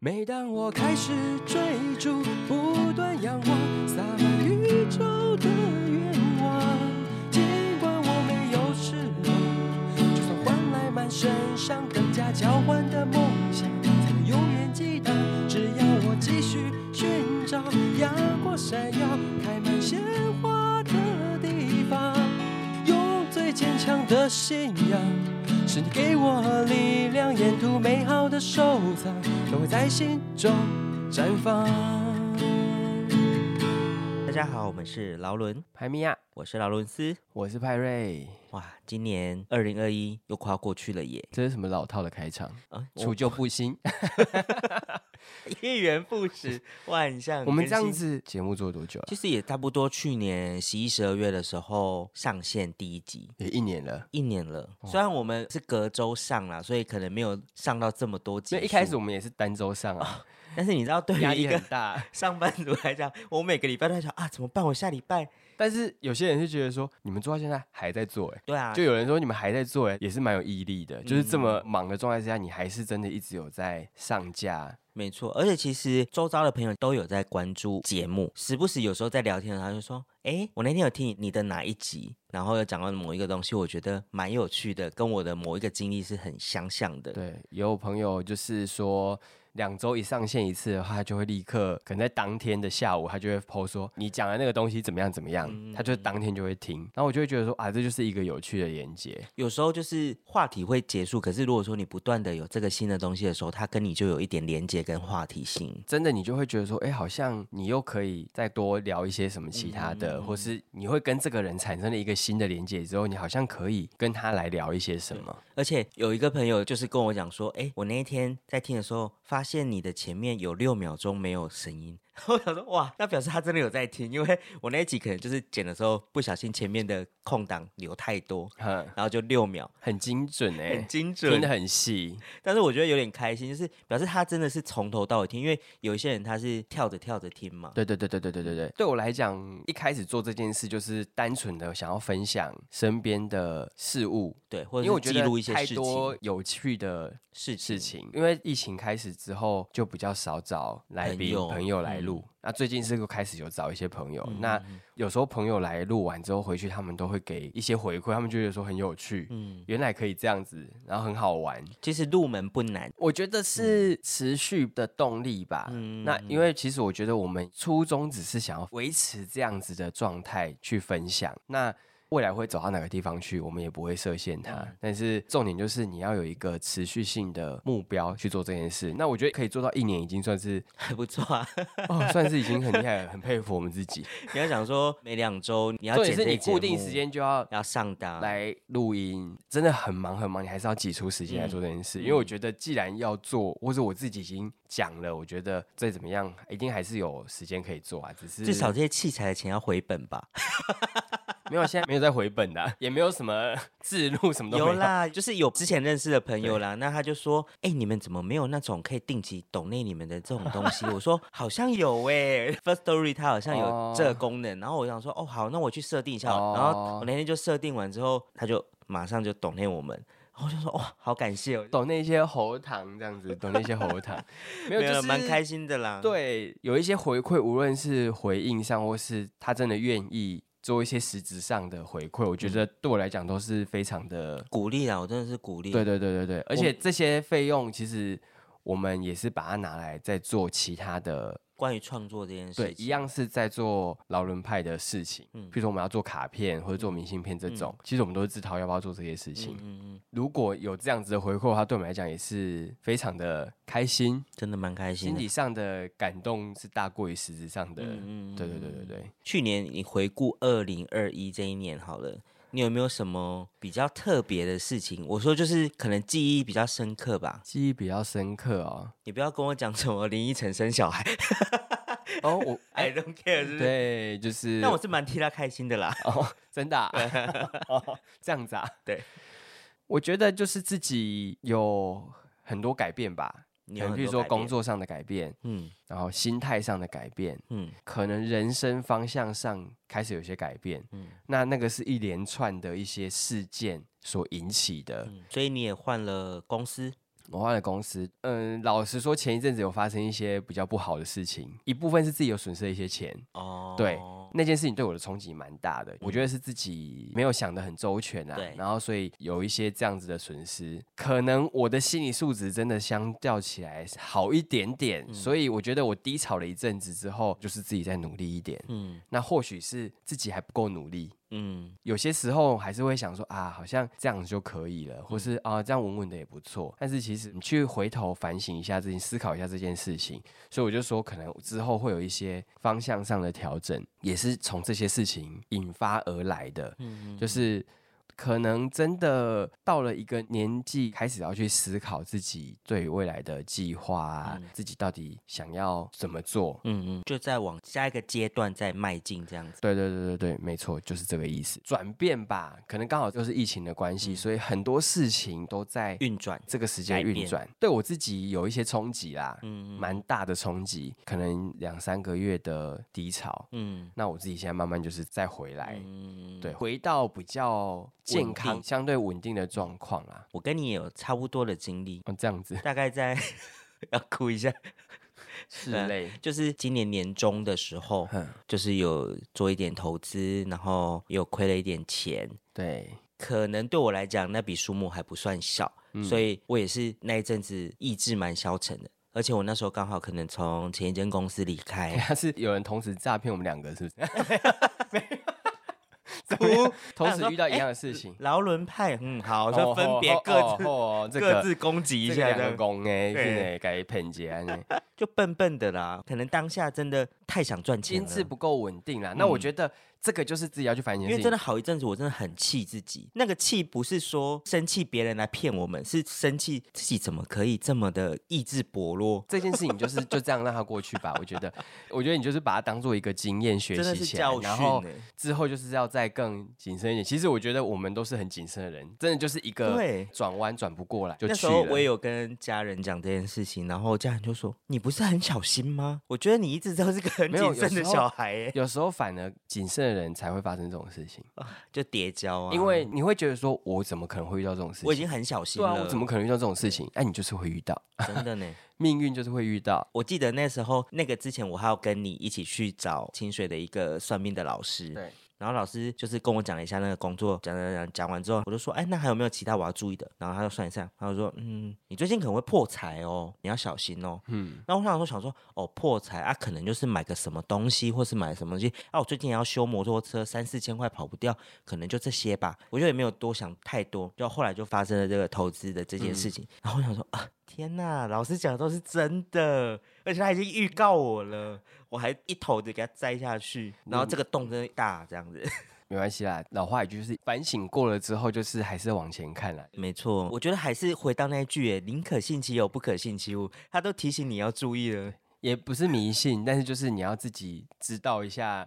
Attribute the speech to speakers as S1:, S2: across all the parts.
S1: 每当我开始追逐，不断仰望，洒满宇宙的愿望。尽管我没有翅膀，就算换来满身伤，更加交换的梦想，才能永远激荡。只要我继续寻找，阳光闪耀，开满鲜花的地方，用最坚强的信仰。是你给我力量，沿途美好的收藏都会在心中绽放。
S2: 大家好，我们是劳伦，
S1: 派米亚，
S2: 我是劳伦斯。
S1: 我是派瑞，
S2: 哇，今年二零二一又跨过去了耶！
S1: 这是什么老套的开场？
S2: 啊，
S1: 除
S2: 我
S1: 旧布新，
S2: 一元复始，万象
S1: 我们这
S2: 更
S1: 样
S2: 新，
S1: 子节目做多久了？
S2: 其实也差不多。去年十一、十二月的时候上线第一集，
S1: 也一年了。
S2: 一年了。虽然我们是隔周上啦，所以可能没有上到这么多集
S1: 所
S2: 数。
S1: 以一开始我们也是单周上啊，
S2: 但是你知道，对
S1: 压
S2: 于一
S1: 力
S2: 个
S1: 很大。啊
S2: 上班族来讲，我每个礼拜都在想啊，怎么办？我下礼拜
S1: 但是有些人就觉得说，你们做到现在还在做、欸，
S2: 对啊，
S1: 就有人说你们还在做、欸，也是蛮有毅力的。就是这么忙的状态之下，你还是真的一直有在上架。
S2: 没错，而且其实周遭的朋友都有在关注节目，时不时有时候在聊天的时候他就说：“哎，我那天有听你的哪一集，然后有讲到某一个东西，我觉得蛮有趣的，跟我的某一个经历是很相像的。”
S1: 对，也有朋友就是说，两周一上线一次的话，他就会立刻，可能在当天的下午，他就会 PO 说你讲的那个东西怎么样怎么样，他就当天就会听。然后我就会觉得说啊，这就是一个有趣的连接。
S2: 有时候就是话题会结束，可是如果说你不断的有这个新的东西的时候，它跟你就有一点连接跟话题性。
S1: 真的，你就会觉得说，哎、好像你又可以再多聊一些什么其他
S2: 嗯
S1: 的，或是你会跟这个人产生了一个新的连接之后，你好像可以跟他来聊一些什么。
S2: 而且有一个朋友就是跟我讲说，哎，我那一天在听的时候，发现你的前面有六秒钟没有声音。 我想说，哇，那表示他真的有在听，因为我那一集可能就是剪的时候不小心前面的空档留太多，
S1: 哼，
S2: 然后就六秒，
S1: 很精准哎、
S2: 很精
S1: 听得
S2: 准。
S1: 很细。
S2: 但是我觉得有点开心，就是表示他真的是从头到尾听，因为有一些人他是跳着跳着听嘛。
S1: 对对对对对对对对，对我来讲，一开始做这件事就是单纯的想要分享身边的事物，
S2: 对，或
S1: 因
S2: 者
S1: 为我
S2: 是
S1: 觉
S2: 记
S1: 得
S2: 录一些
S1: 太
S2: 事
S1: 多
S2: 情，
S1: 有趣的
S2: 事
S1: 事情。因为疫情开始之后，就比较少找来
S2: 朋
S1: 宾
S2: 友嗯
S1: 朋友来录。那最近是又开始有找一些朋友，那有时候朋友来录完之后回去，他们都会给一些回馈，他们就觉得说很有趣，
S2: 嗯，
S1: 原来可以这样子，然后很好玩。
S2: 其实入门不难。
S1: 我觉得是持续的动力吧。
S2: 嗯
S1: 那因为其实我觉得我们初衷只是想要维持这样子的状态去分享。那未来会走到哪个地方去，我们也不会设限它。
S2: 嗯
S1: 但是重点就是你要有一个持续性的目标去做这件事。那我觉得可以做到一年，已经算是
S2: 还不错啊。
S1: 哦，算是已经很厉害了，很佩服我们自己。
S2: 你要想说每两周 你要
S1: 重
S2: 剪
S1: 点是
S2: 这
S1: 你
S2: 节
S1: 固定
S2: 目
S1: 时间就要
S2: 要上档，
S1: 来录音，真的很忙很忙，你还是要挤出时间来做这件事。因为我觉得，既然要做，或者我自己已经讲了，我觉得再怎么样，一定还是有时间可以做啊。只是
S2: 至少这些器材的钱要回本吧？
S1: 没有现在没有在回本的啊、 也没有什么自录 什么嗯都没
S2: 有 啦，就是有之前认识的朋友啦，那他就说：“哎、你们怎么没有那种可以定期抖内你们的这种东西？”我说：“好像有哎、f i r s t Story 它好像有这个功能。然后我想说：“哦，好，那我去设定一下。
S1: 哦
S2: 然后我那天就设定完之后，他就马上就抖内我们。然后我就说：“哇，好感谢哦，
S1: 懂那些喉糖这样子，懂那些喉糖， 没有
S2: 没
S1: 就
S2: 有
S1: 是
S2: 蛮开心的啦。”，
S1: 对，有一些回馈，无论是回应上，或是他真的愿意做一些实质上的回馈，我觉得对我来讲都是非常的
S2: 鼓励啦，我真的是鼓励。
S1: 对对对对对，而且这些费用其实我们也是把它拿来再做其他的，
S2: 关于创作这件事
S1: 对，
S2: 情，
S1: 一样是在做劳伦派的事情。
S2: 嗯
S1: 嗯，比如说我们要做卡片或者做明信片这种，其实我们都是自掏腰包做这些事情。
S2: 嗯嗯嗯，
S1: 如果有这样子的回馈的话，对我们来讲也是非常的开心，
S2: 真的蛮开心
S1: 心
S2: 的。
S1: 理上的感动是大过于实质上的。
S2: 嗯嗯嗯嗯
S1: 对对对对对。
S2: 去年你回顾二零二一这一年好了，你有没有什么比较特别的事情？我说就是可能记忆比较深刻吧。
S1: 记忆比较深刻 哦，
S2: 你不要跟我讲什么林依晨生小孩
S1: 哦，我
S2: ，I don't care，是不是？
S1: 对，就是
S2: 但我是蛮替他开心的啦。
S1: 哦，真的、啊哦， 这样子啊？
S2: 对，
S1: 我觉得就是自己有很多改变吧，
S2: 你
S1: 可
S2: 有
S1: 能
S2: 很
S1: 比如说
S2: 多改
S1: 工
S2: 变，
S1: 作上的改变，
S2: 嗯
S1: 然后心态上的改变，
S2: 嗯
S1: 可能人生方向上开始有些改变。
S2: 嗯
S1: 那那个是一连串的一些事件所引起的。
S2: 嗯嗯，所以你也换了公司，
S1: 我换了公司，嗯，老实说，前一阵子有发生一些比较不好的事情，一部分是自己有损失了一些钱，
S2: 哦，
S1: 对那件事情对我的冲击蛮大的，我觉得是自己没有想得很周全啊
S2: 对，
S1: 然后所以有一些这样子的损失，可能我的心理素质真的相较起来好一点点，所以我觉得我低潮了一阵子之后，就是自己再努力一点，
S2: 嗯
S1: 那或许是自己还不够努力。
S2: 嗯
S1: 有些时候还是会想说啊，好像这样就可以了，或是啊这样稳稳的也不错。但是其实你去回头反省一下自己，思考一下这件事情，所以我就说，可能之后会有一些方向上的调整，也是从这些事情引发而来的，
S2: 嗯，
S1: 就是。可能真的到了一个年纪，开始要去思考自己对未来的计划、啊，自己到底想要怎么做。
S2: 嗯嗯，就再往下一个阶段再迈进这样子。
S1: 对对对对对，没错，就是这个意思。转变吧，可能刚好就是疫情的关系，所以很多事情都在
S2: 运转，
S1: 这个时间
S2: 嗯改变
S1: 运转。对我自己有一些冲击啦，
S2: 嗯
S1: 蛮大的冲击，可能两三个月的低潮。
S2: 嗯
S1: 那我自己现在慢慢就是再回来，
S2: 嗯，
S1: 对，哦回到比较健
S2: 稳
S1: 康、
S2: 定
S1: 相对稳定的状况啦。
S2: 我跟你也有差不多的经历，
S1: 嗯，这样子
S2: 大概在要哭一下，
S1: 是
S2: 对
S1: 类，
S2: 就是今年年中的时候，
S1: 嗯，
S2: 就是有做一点投资，然后也有亏了一点钱，
S1: 对，
S2: 可能对我来讲那笔数目还不算小，
S1: 嗯
S2: 所以我也是那一阵子意志蛮消沉的。而且我那时候刚好可能从前一间公司离 开，
S1: 他是有人同时诈骗我们两个，是不是？
S2: 哭，
S1: 同
S2: 他想
S1: 时
S2: 说
S1: 遇到一
S2: 哎
S1: 样的事情。
S2: 劳伦派，嗯，好，
S1: 哦
S2: 就分别
S1: 哦
S2: 各自
S1: 哦 哦这
S2: 各
S1: 个
S2: 自攻击一
S1: 这
S2: 下，
S1: 两
S2: 这
S1: 个
S2: 样
S1: 公哎，
S2: 对
S1: 是呢，该骗结
S2: 啊
S1: 案呢，
S2: 就笨笨的啦。可能当下真的太想赚 钱
S1: 心
S2: 了，
S1: 智不够稳定啦。那我觉得这个就是自己要去反省，
S2: 嗯因为真的好一阵子，我真的很气自己。那个气不是说生气别人来骗我们，是生气自己怎么可以这么的意志薄弱，
S1: 这件事情就是就这样让它过去吧。我觉得，我觉得你就是把它当做一个经验学
S2: 真的
S1: 习
S2: 是
S1: 起来
S2: 教，训欸
S1: 然后
S2: 呢、
S1: 之后就是要再更谨慎一点。其实我觉得我们都是很谨慎的人，真的就是一个
S2: 对。
S1: 转弯转不过来就
S2: 那
S1: 去
S2: 时候我也
S1: 了。
S2: 有跟家人讲这件事情，然后家人就说：“你不是很小心吗？我觉得你一直都是个很
S1: 没有
S2: 谨
S1: 有
S2: 慎的
S1: 时候
S2: 小孩、欸，
S1: 有时候反而谨慎的人才会发生这种事情，
S2: 就叠交啊。”
S1: 因为你会觉得说，我怎么可能会遇到这种事情？
S2: 我已经很小心
S1: 对
S2: 了，
S1: 啊，我怎么可能遇到这种事情？哎、你就是会遇到，
S2: 真的呢？
S1: 命运就是会遇到。
S2: 我记得那时候，那个之前我还要跟你一起去找清水的一个算命的老师，
S1: 对，
S2: 然后老师就是跟我讲了一下那个工作，讲讲讲讲完之后，我就说，哎，那还有没有其他我要注意的？然后他就算一算，他就说，嗯，你最近可能会破财哦，你要小心哦。嗯，那我想说想说，哦，破财啊，可能就是买个什么东西，或是买什么东西啊，我最近也要修摩托车，三四千块跑不掉，可能就这些吧。我就也没有多想太多，就后来就发生了这个投资的这件事情，然后我想说啊。天呐，老师讲的都是真的，而且他已经预告我了，我还一头的给他栽下去，然后这个洞真的大，这样子。
S1: 没关系啦，老话一句就是反省过了之后，就是还是往前看啦。
S2: 嗯没错，我觉得还是回到那一句耶，宁可信其有，不可信其无。他都提醒你要注意了。
S1: 也不是迷信，但是就是你要自己知道一下，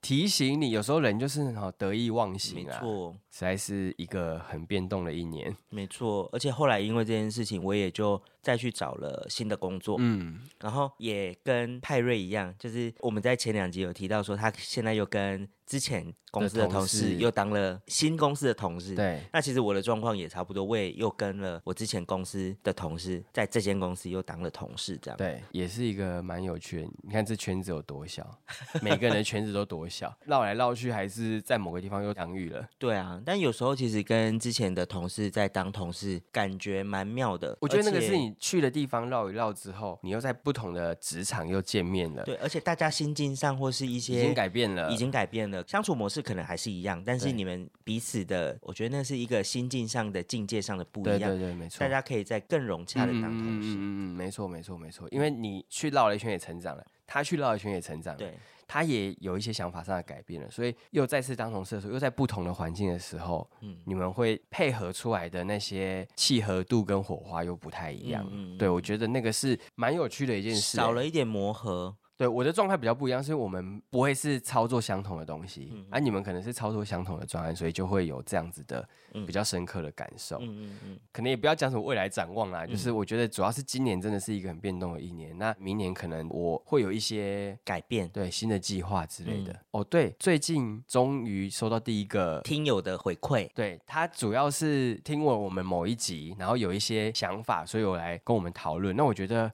S1: 提醒你。有时候人就是好得意忘
S2: 没
S1: 形啊，
S2: 错，
S1: 实在是一个很变动的一年。
S2: 没错。而且后来因为这件事情，我也就再去找了新的工作，
S1: 嗯，
S2: 然后也跟派瑞一样，就是我们在前两集有提到说，他现在又跟之前公司的
S1: 的同
S2: 同事
S1: 事
S2: 又当了新公司的同事。
S1: 对，
S2: 那其实我的状况也差不多，我也又跟了我之前公司的同事，在这间公司又当了同事，这样。
S1: 对，也是一个蛮有趣的。你看这圈子有多小， 每个人的圈子都多小，绕来绕去还是在某个地方又相遇了。
S2: 对啊，但有时候其实跟之前的同事在当同事，感觉蛮妙的。
S1: 我觉得那个
S2: 而且
S1: 是你去的地方绕一绕之后，你又在不同的职场又见面了，
S2: 对，而且大家心境上或是一
S1: 已
S2: 些
S1: 经改变了，
S2: 已经改变了，相处模式可能还是一样，但是
S1: 对
S2: 你们彼此的，我觉得那是一个心境上的境界上的不
S1: 对
S2: 一
S1: 对
S2: 样，
S1: 对，没错
S2: 大。家可以在更融洽的当同
S1: 嗯嗯
S2: 事。
S1: 嗯嗯，没错没错没错，因为你去绕了一圈也成长了，他去绕了一圈也成长了，
S2: 对，
S1: 他也有一些想法上的改变了，所以又再次当同事的时候，又在不同的环境的时候，
S2: 嗯，
S1: 你们会配合出来的那些契合度跟火花又不太一样。
S2: 嗯嗯嗯
S1: 对，我觉得那个是蛮有趣的一件事、
S2: 少了一点磨合，
S1: 对我的状态比较不一样，是我们不会是操作相同的东西，
S2: 嗯
S1: 而、你们可能是操作相同的专案，所以就会有这样子的
S2: 嗯
S1: 比较深刻的感受。
S2: 嗯嗯嗯，
S1: 可能也不要讲什么未来展望啦，
S2: 嗯
S1: 就是我觉得主要是今年真的是一个很变动的一年，那明年可能我会有一些
S2: 改变
S1: 对新的计划之类的。
S2: 嗯
S1: 哦，对，最近终于收到第一个。
S2: 听友的回馈，
S1: 对他主要是听了我们某一集，然后有一些想法，所以我来跟我们讨论。那我觉得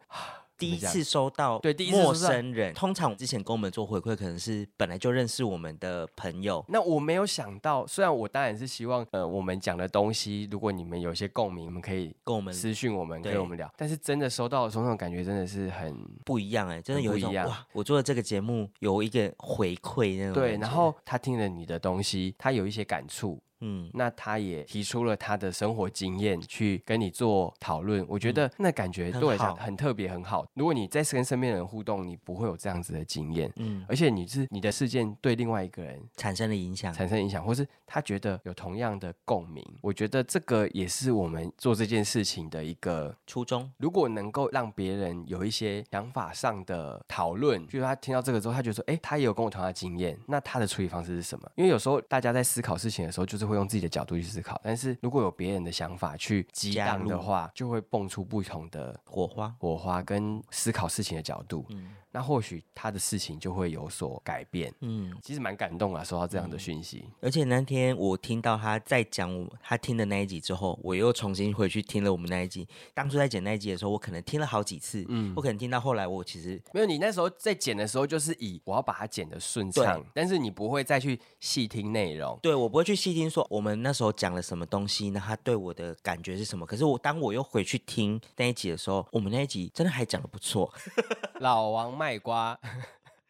S2: 第一
S1: 怎么讲
S2: 次收到
S1: 对第一次
S2: 陌
S1: 收到
S2: 生人，通常之前跟我们做回馈，可能是本来就认识我们的朋友，
S1: 那我没有想到，虽然我当然是希望，呃，我们讲的东西，如果你们有一些共鸣，你们可以
S2: 跟我们
S1: 私讯我们，
S2: 对
S1: 跟我们聊。但是真的收到的时候，那种感觉真的是很
S2: 不一样哎、真
S1: 很
S2: 的有
S1: 不
S2: 一种
S1: 一样
S2: 哇，我做的这个节目有一个回馈那种
S1: 对。
S2: 感
S1: 然
S2: 觉
S1: 后他听了你的东西，他有一些感触，
S2: 嗯，
S1: 那他也提出了他的生活经验去跟你做讨论。我觉得那感觉对我来
S2: 嗯很
S1: 讲
S2: 好
S1: 很特别，很好。如果你在跟身边的人互动，你不会有这样子的经验，
S2: 嗯，
S1: 而且你是你的事件对另外一个人
S2: 产生了影响，
S1: 产生影响，或是他觉得有同样的共鸣。我觉得这个也是我们做这件事情的一个，
S2: 初衷
S1: 如果能够让别人有一些想法上的讨论，就是他听到这个之后，他觉得说，哎，他也有跟我同样的经验，那他的处理方式是什么？因为有时候大家在思考事情的时候，就是会用自己的角度去思考，但是如果有别人的想法去激
S2: 加
S1: 荡的
S2: 入
S1: 话，就会蹦出不同的。
S2: 火花，
S1: 火花跟思考事情的角度，
S2: 嗯
S1: 那或许他的事情就会有所改变。
S2: 嗯。
S1: 其实蛮感动啊，收到这样的讯息。
S2: 而且那天我听到他在讲我他听的那一集之后，我又重新回去听了我们那一集。当初在剪那一集的时候，我可能听了好几次，
S1: 嗯
S2: 我可能听到后来，我其实
S1: 没有，你那时候在剪的时候，就是以我要把它剪的顺畅，但是你不会再去细听内容。
S2: 对我不会去细听说我们那时候讲了什么东西，那他对我的感觉是什么。可是我当我又回去听那一集的时候，我们那一集真的还讲的不错，
S1: 老王卖瓜，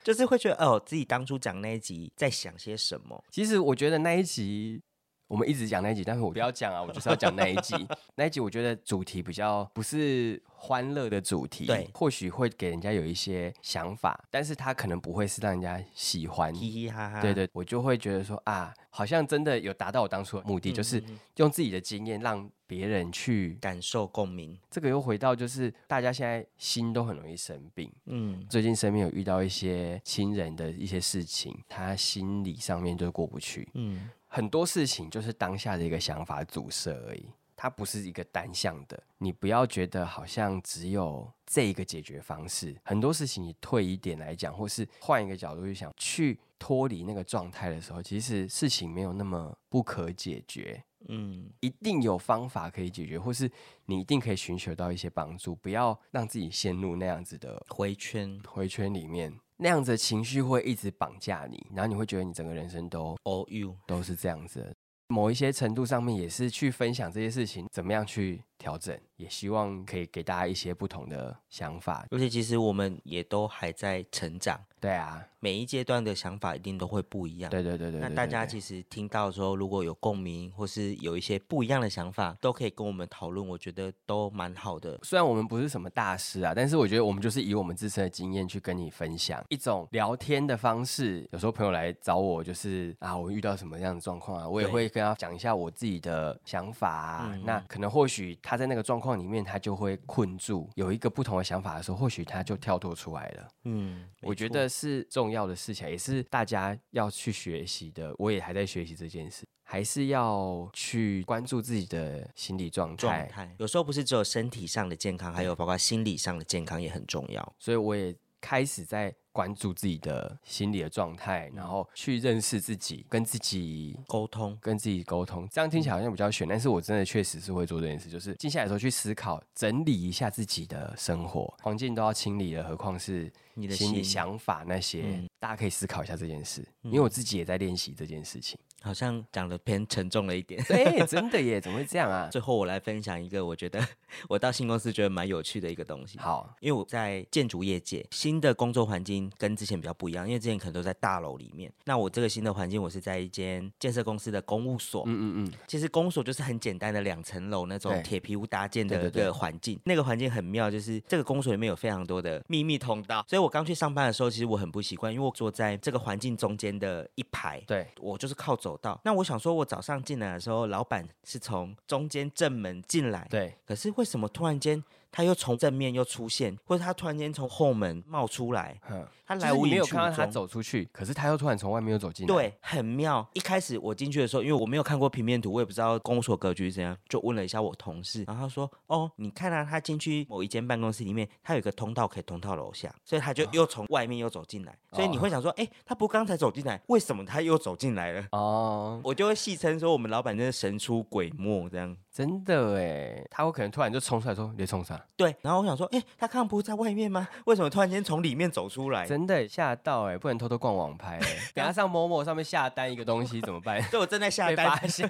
S2: 就是会觉得哦，自己当初讲那一集在想些什么。
S1: 其实我觉得那一集我们一直讲那一集，但是我不要讲啊，我就是要讲那一 集。那一集我觉得主题比较不是欢乐的主题，
S2: 对
S1: 或许会给人家有一些想法，但是他可能不会是让人家喜欢。
S2: 嘻嘻哈哈，
S1: 对，对，我就会觉得说啊，好像真的有达到我当初的目的，就是用自己的经验让别人去
S2: 感受共鸣，
S1: 这个又回到就是大家现在心都很容易生病，
S2: 嗯，
S1: 最近身边有遇到一些亲人的一些事情，他心理上面就过不去，
S2: 嗯，
S1: 很多事情就是当下的一个想法阻塞而已，它不是一个单向的。你不要觉得好像只有这一个解决方式，很多事情你退一点来讲，或是换一个角度去想，去脱离那个状态的时候，其实事情没有那么不可解决。
S2: 嗯，
S1: 一定有方法可以解决，或是你一定可以寻求到一些帮助，不要让自己陷入那样子的
S2: 回圈
S1: 回圈里面，那样子的情绪会一直绑架你，然后你会觉得你整个人生都
S2: all you，
S1: 都是这样子的。某一些程度上面也是去分享这些事情，怎么样去调整，也希望可以给大家一些不同的想法。
S2: 而且其实我们也都还在成长，
S1: 对啊，
S2: 每一阶段的想法一定都会不一样。
S1: 对对对对
S2: 那
S1: 对
S2: 大
S1: 对
S2: 家
S1: 对
S2: 其实听到的时候，如果有共鸣，或是有一些不一样的想法，都可以跟我们讨论，我觉得都蛮好的。
S1: 虽然我们不是什么大师啊，但是我觉得我们就是以我们自身的经验去跟你分享一种聊天的方式。有时候朋友来找我，就是啊，我遇到什么样的状况啊，我也
S2: 对
S1: 会跟他讲一下我自己的想法、啊。
S2: 嗯
S1: 那可能或许他在那个状况里面，他就会困住，有一个不同的想法的时候，或许他就跳脱出来了。
S2: 嗯，没
S1: 我觉
S2: 错
S1: 得是重要的事情，啊也是大家要去学习的。我也还在学习这件事，还是要去关注自己的心理状
S2: 状
S1: 态。
S2: 态有时候不是只有身体上的健康，还有包括心理上的健康也很重要。
S1: 所以我也开始在关注自己的心理的状态，然后去认识自己，跟自己。
S2: 沟通，
S1: 跟自己沟通，这样听起来好像比较悬，但是我真的确实是会做这件事，就是静下来的时候去思考、整理一下自己的生活环境都要清理了，何况是
S2: 你的
S1: 心理
S2: 心
S1: 想法那些，
S2: 嗯
S1: 大家可以思考一下这件事，因为我自己也在练习这件事情。
S2: 好像讲的偏沉重了 一点。
S1: 对，真的耶，怎么会这样啊？
S2: 最后我来分享一个我觉得我到新公司觉得蛮有趣的一个东西。
S1: 好，
S2: 因为我在建筑业界，新的工作环境跟之前比较不一样，因为之前可能都在大楼里面。那我这个新的环境，我是在一间建设公司的公务所。
S1: 嗯嗯嗯，
S2: 其实公务所就是很简单的两层楼那种
S1: 对
S2: 铁皮屋搭建的
S1: 对
S2: 一
S1: 对对
S2: 个环境，那个环境很妙，就是这个公所里面有非常多的秘密通道，所以我刚去上班的时候，其实我很不习惯，因为我坐在这个环境中间的一排，
S1: 对，
S2: 我就是靠走道。那我想说，我早上进来的时候，老板是从中间正门进来，
S1: 对，
S2: 可是为什么突然间他又从正面又出现，或者他突然间从后门冒出来，
S1: 哼，
S2: 他
S1: 就
S2: 嗯来
S1: 是
S2: 无
S1: 你
S2: 影
S1: 没有
S2: 去
S1: 看到
S2: 无
S1: 他
S2: 踪
S1: 走出去，可是他又突然从外面又走进来。，
S2: 对，很妙。一开始我进去的时候，因为我没有看过平面图，我也不知道公所格局是怎样，就问了一下我同事，然后他说：“哦，你看啊，他进去某一间办公室里面，他有一个通道可以通到楼下，所以他
S1: 啊
S2: 就又从外面又走进来。所以
S1: 哦
S2: 你会想说，哎、他不刚才走进来，为什么他又走进来了？”
S1: 哦，
S2: 我就会戏称说，我们老板真是神出鬼没这样。
S1: 真的哎，他有可能突然就冲出来说：“你在冲啥
S2: 对，然后我想说，哎、他刚刚不是在外面吗？为什么突然间从里面走出？”来？
S1: 真的吓到哎，不能偷偷逛网拍哎，等下上某某上面下单一个东西怎么办？
S2: 对，我正在下
S1: 被
S2: 单
S1: 发， 现，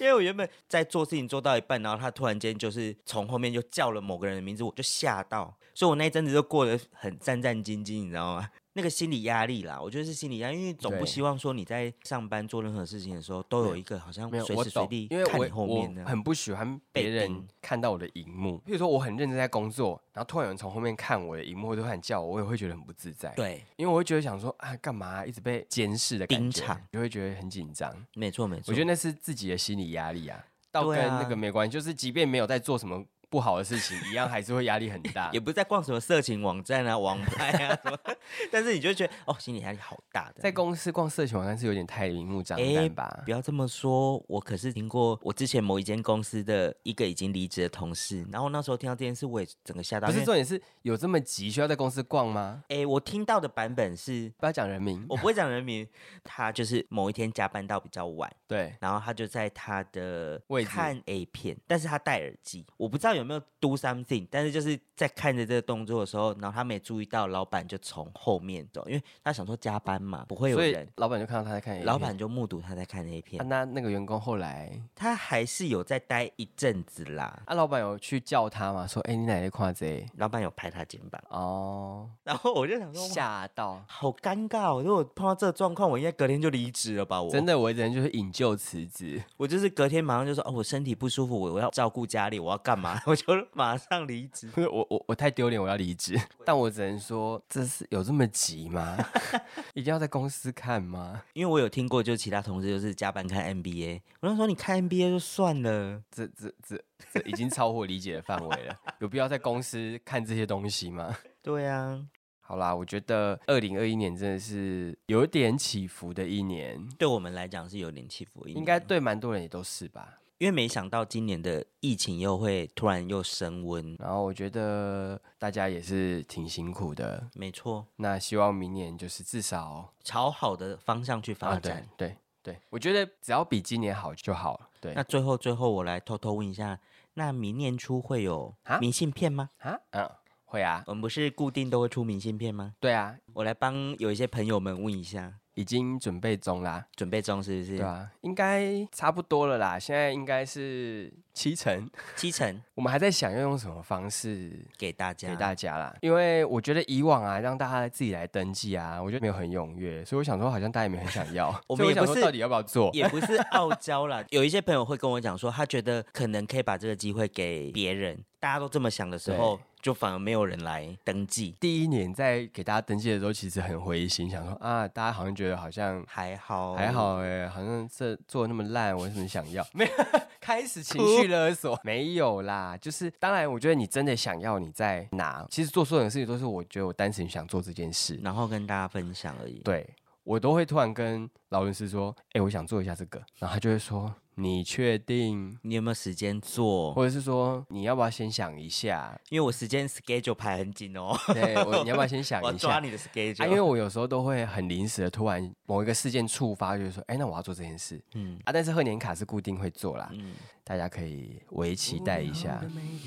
S2: 因为我原本在做事情做到一半，然后他突然间就是从后面就叫了某个人的名字，我就吓到，所以我那一阵子就过得很战战兢兢，你知道吗？那个心理压力啦，我觉得是心理压力，因为总不
S1: 对
S2: 希望说你在上班做任何事情的时候都有一个好像
S1: 没有
S2: 随
S1: 我
S2: 时随
S1: 懂，
S2: 地
S1: 因为
S2: 看你
S1: 我
S2: 后
S1: 我
S2: 面的。
S1: 很不喜欢别
S2: 被
S1: 人
S2: 盯
S1: 看到我的荧幕，譬如说我很认真在工作，然后突然有人从后面看我的荧幕，或者突然叫我，我也会觉得很不自在。，
S2: 对，
S1: 因为我会觉得想说啊，干嘛一直被监视的感
S2: 盯
S1: 觉
S2: 场，
S1: 就会觉得很紧张。
S2: 没错没错。
S1: 我觉得那是自己的心理压力啊，倒
S2: 对
S1: 跟
S2: 啊
S1: 那个没关系，就是即便没有在做什么不好的事情，一样还是会压力很大
S2: 也。不是在逛什么色情网站啊、网拍啊什么， 但是你就觉得哦，心理压力好大的。
S1: 在公司逛色情网站是有点太明目张
S2: 哎
S1: 胆吧
S2: 不？要这么说，我可是听过我之前某一间公司的一个已经离职的同事，然后那时候听到这件事，我也整个吓到。
S1: 不是
S2: 说，
S1: 重点是有这么急需要在公司逛吗？
S2: 哎、我听到的版本是，
S1: 不要讲人名，
S2: 我不会讲人名，他就是某一天加班到比较晚，
S1: 对，
S2: 然后他就在他的
S1: 位置
S2: 看 A 片，但是他戴耳机，我不知道有没有 do something，但是就是在看着这个动作的时候，然后他没注意到，老板就从后面走，因为他想说加班嘛，不会有
S1: 所以哎
S2: 人，
S1: 老板就看到他在看 A 片，
S2: 老板就目睹他在看 A
S1: 啊
S2: 片，
S1: 那那个员工后来
S2: 他还是有在待一阵子啦。
S1: 啊，老板有去叫他吗？说哎、你哪里跨贼？
S2: 老板有拍他肩膀，
S1: 哦，
S2: 然后我就想说，哇，
S1: 吓到。
S2: 好尴尬、哦！如果碰到这个状况，我应该隔天就离职了吧？我
S1: 真，的，我人就是引咎辞职，
S2: 我就是隔天马上就说，哦，我身体不舒服，我我要照顾家里，我要干嘛？我 就马上离职。
S1: 不是 我我我太丢脸，我要离职。但我只能说，这是有这么急吗？ 一定要在公司看吗？
S2: 因为我有听过，就是其他同事就是加班看 NBA，我那时候你看 NBA 就算了，
S1: 这这这这已经超乎我理解的范围了，有必要在公司看这些东西吗？
S2: 对啊，
S1: 好啦，我觉得二零二一年真的是有点起伏的一年，
S2: 对我们来讲是有点起伏，
S1: 应该对蛮多人也都是吧。
S2: 因为没想到今年的疫情又会突然又升温，
S1: 然后我觉得大家也是挺辛苦的，
S2: 没错，
S1: 那希望明年就是至少
S2: 朝好的方向去发
S1: 啊，对
S2: 展。
S1: 对对，我觉得只要比今年好就好了。对
S2: 那最后最后，我来偷偷问一下，那明年初会有
S1: 啊
S2: 明信片吗？
S1: 啊，嗯，会啊，
S2: 我们不是固定都会出明信片吗？
S1: 对啊，
S2: 我来帮有一些朋友们问一下，
S1: 已经准备中啦，
S2: 准备中是不
S1: 对
S2: 是？
S1: 啊，应该差不多了啦，现在应该是七成。
S2: 七成
S1: 我们还在想要用什么方式
S2: 给大家，
S1: 给大家啦，因为我觉得以往啊，让大家自己来登记啊，我觉得没有很踊跃，所以我想说，好像大家也没很想要
S2: ，我们
S1: 所以
S2: 也
S1: 想
S2: 不
S1: 说
S2: 是
S1: 到底要不要做？
S2: 也不是傲娇 啦。有一些朋友会跟我讲说，他觉得可能可以把这个机会给别人，大家都这么想的时候
S1: 对，
S2: 就反而没有人来登记。
S1: 第一年在给大家登记的时候，其实很灰心，想说啊，大家好像觉得好像
S2: 还好，
S1: 还，好哎、好像这做那么烂，我有什么想 要？没有，开始情绪勒索，没有啦。就是当然，我觉得你真的想要，你再拿。其实做所有的事情都是我觉得我单纯想做这件事，
S2: 然后跟大家分享而已。
S1: 对我都会突然跟劳伦斯说：“哎、我想做一下这个。”然后他就会说：“你确定
S2: 你有没有时间？”做？
S1: 或者是说：“你要不要先想一下
S2: 因为我时间 schedule 排很紧哦，？”
S1: 对，我你要不要先想
S2: 我要
S1: 一
S2: 抓
S1: 下？
S2: 你的 schedule。
S1: 啊，因为我有时候都会很临时的，突然某一个事件触发，就是说，哎、那我要做这件事
S2: 嗯
S1: 啊。但是贺年卡是固定会做啦，
S2: 嗯，
S1: 大家可以为期待一
S2: 哦
S1: 下。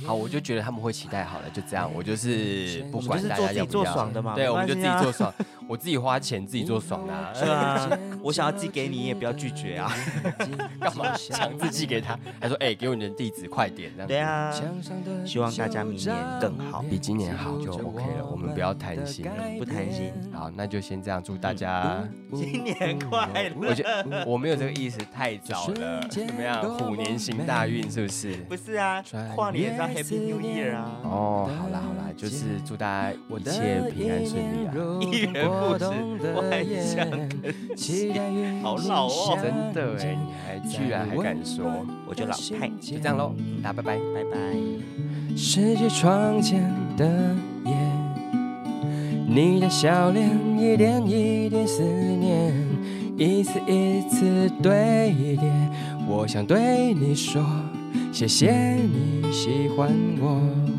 S1: 好，我就觉得他们会期待好了，就这样，我就是不
S2: 我们
S1: 管
S2: 哎就是
S1: 大
S2: 做
S1: 家
S2: 自己
S1: 要不
S2: 做
S1: 要。
S2: 爽的嘛，
S1: 对，
S2: 没
S1: 我们就自己
S2: 关系啊
S1: 做爽， 我自己花钱自己做爽的、啊，
S2: 是啊，我想要寄给你，也不要拒绝 啊。
S1: 干嘛 强制寄给他？还说哎、给我你的
S2: 啊
S1: 地址，快点这样。
S2: 对，啊，希望大家明年更好。
S1: 比今年好就 OK 了，我们们不要贪心啊了
S2: 不贪心
S1: 好，那就先这样，祝大家。
S2: 嗯新年快乐！
S1: 我觉得嗯我没有这个意思，太早了。
S2: 嗯
S3: 瞬间
S1: 怎么样？ 虎年行大运是不是？
S2: 不是啊
S1: 转，眼
S2: 跨年是要 Happy New Year 啊！
S1: 哦，好啦好啦，就是祝大家
S3: 我
S1: 一
S3: 的
S1: 切平安顺利啊啦。
S2: 一元
S3: 不
S2: 不止我还想
S3: 期待云
S2: 好老哦
S1: 真的哎，你还居然还敢说，
S2: 我就老派
S1: 就这样喽，大家拜拜。
S2: 拜拜。
S3: 世界窗前的夜，你的笑脸一点一点思念，一次一次堆叠。我想对你说，谢谢你喜欢我。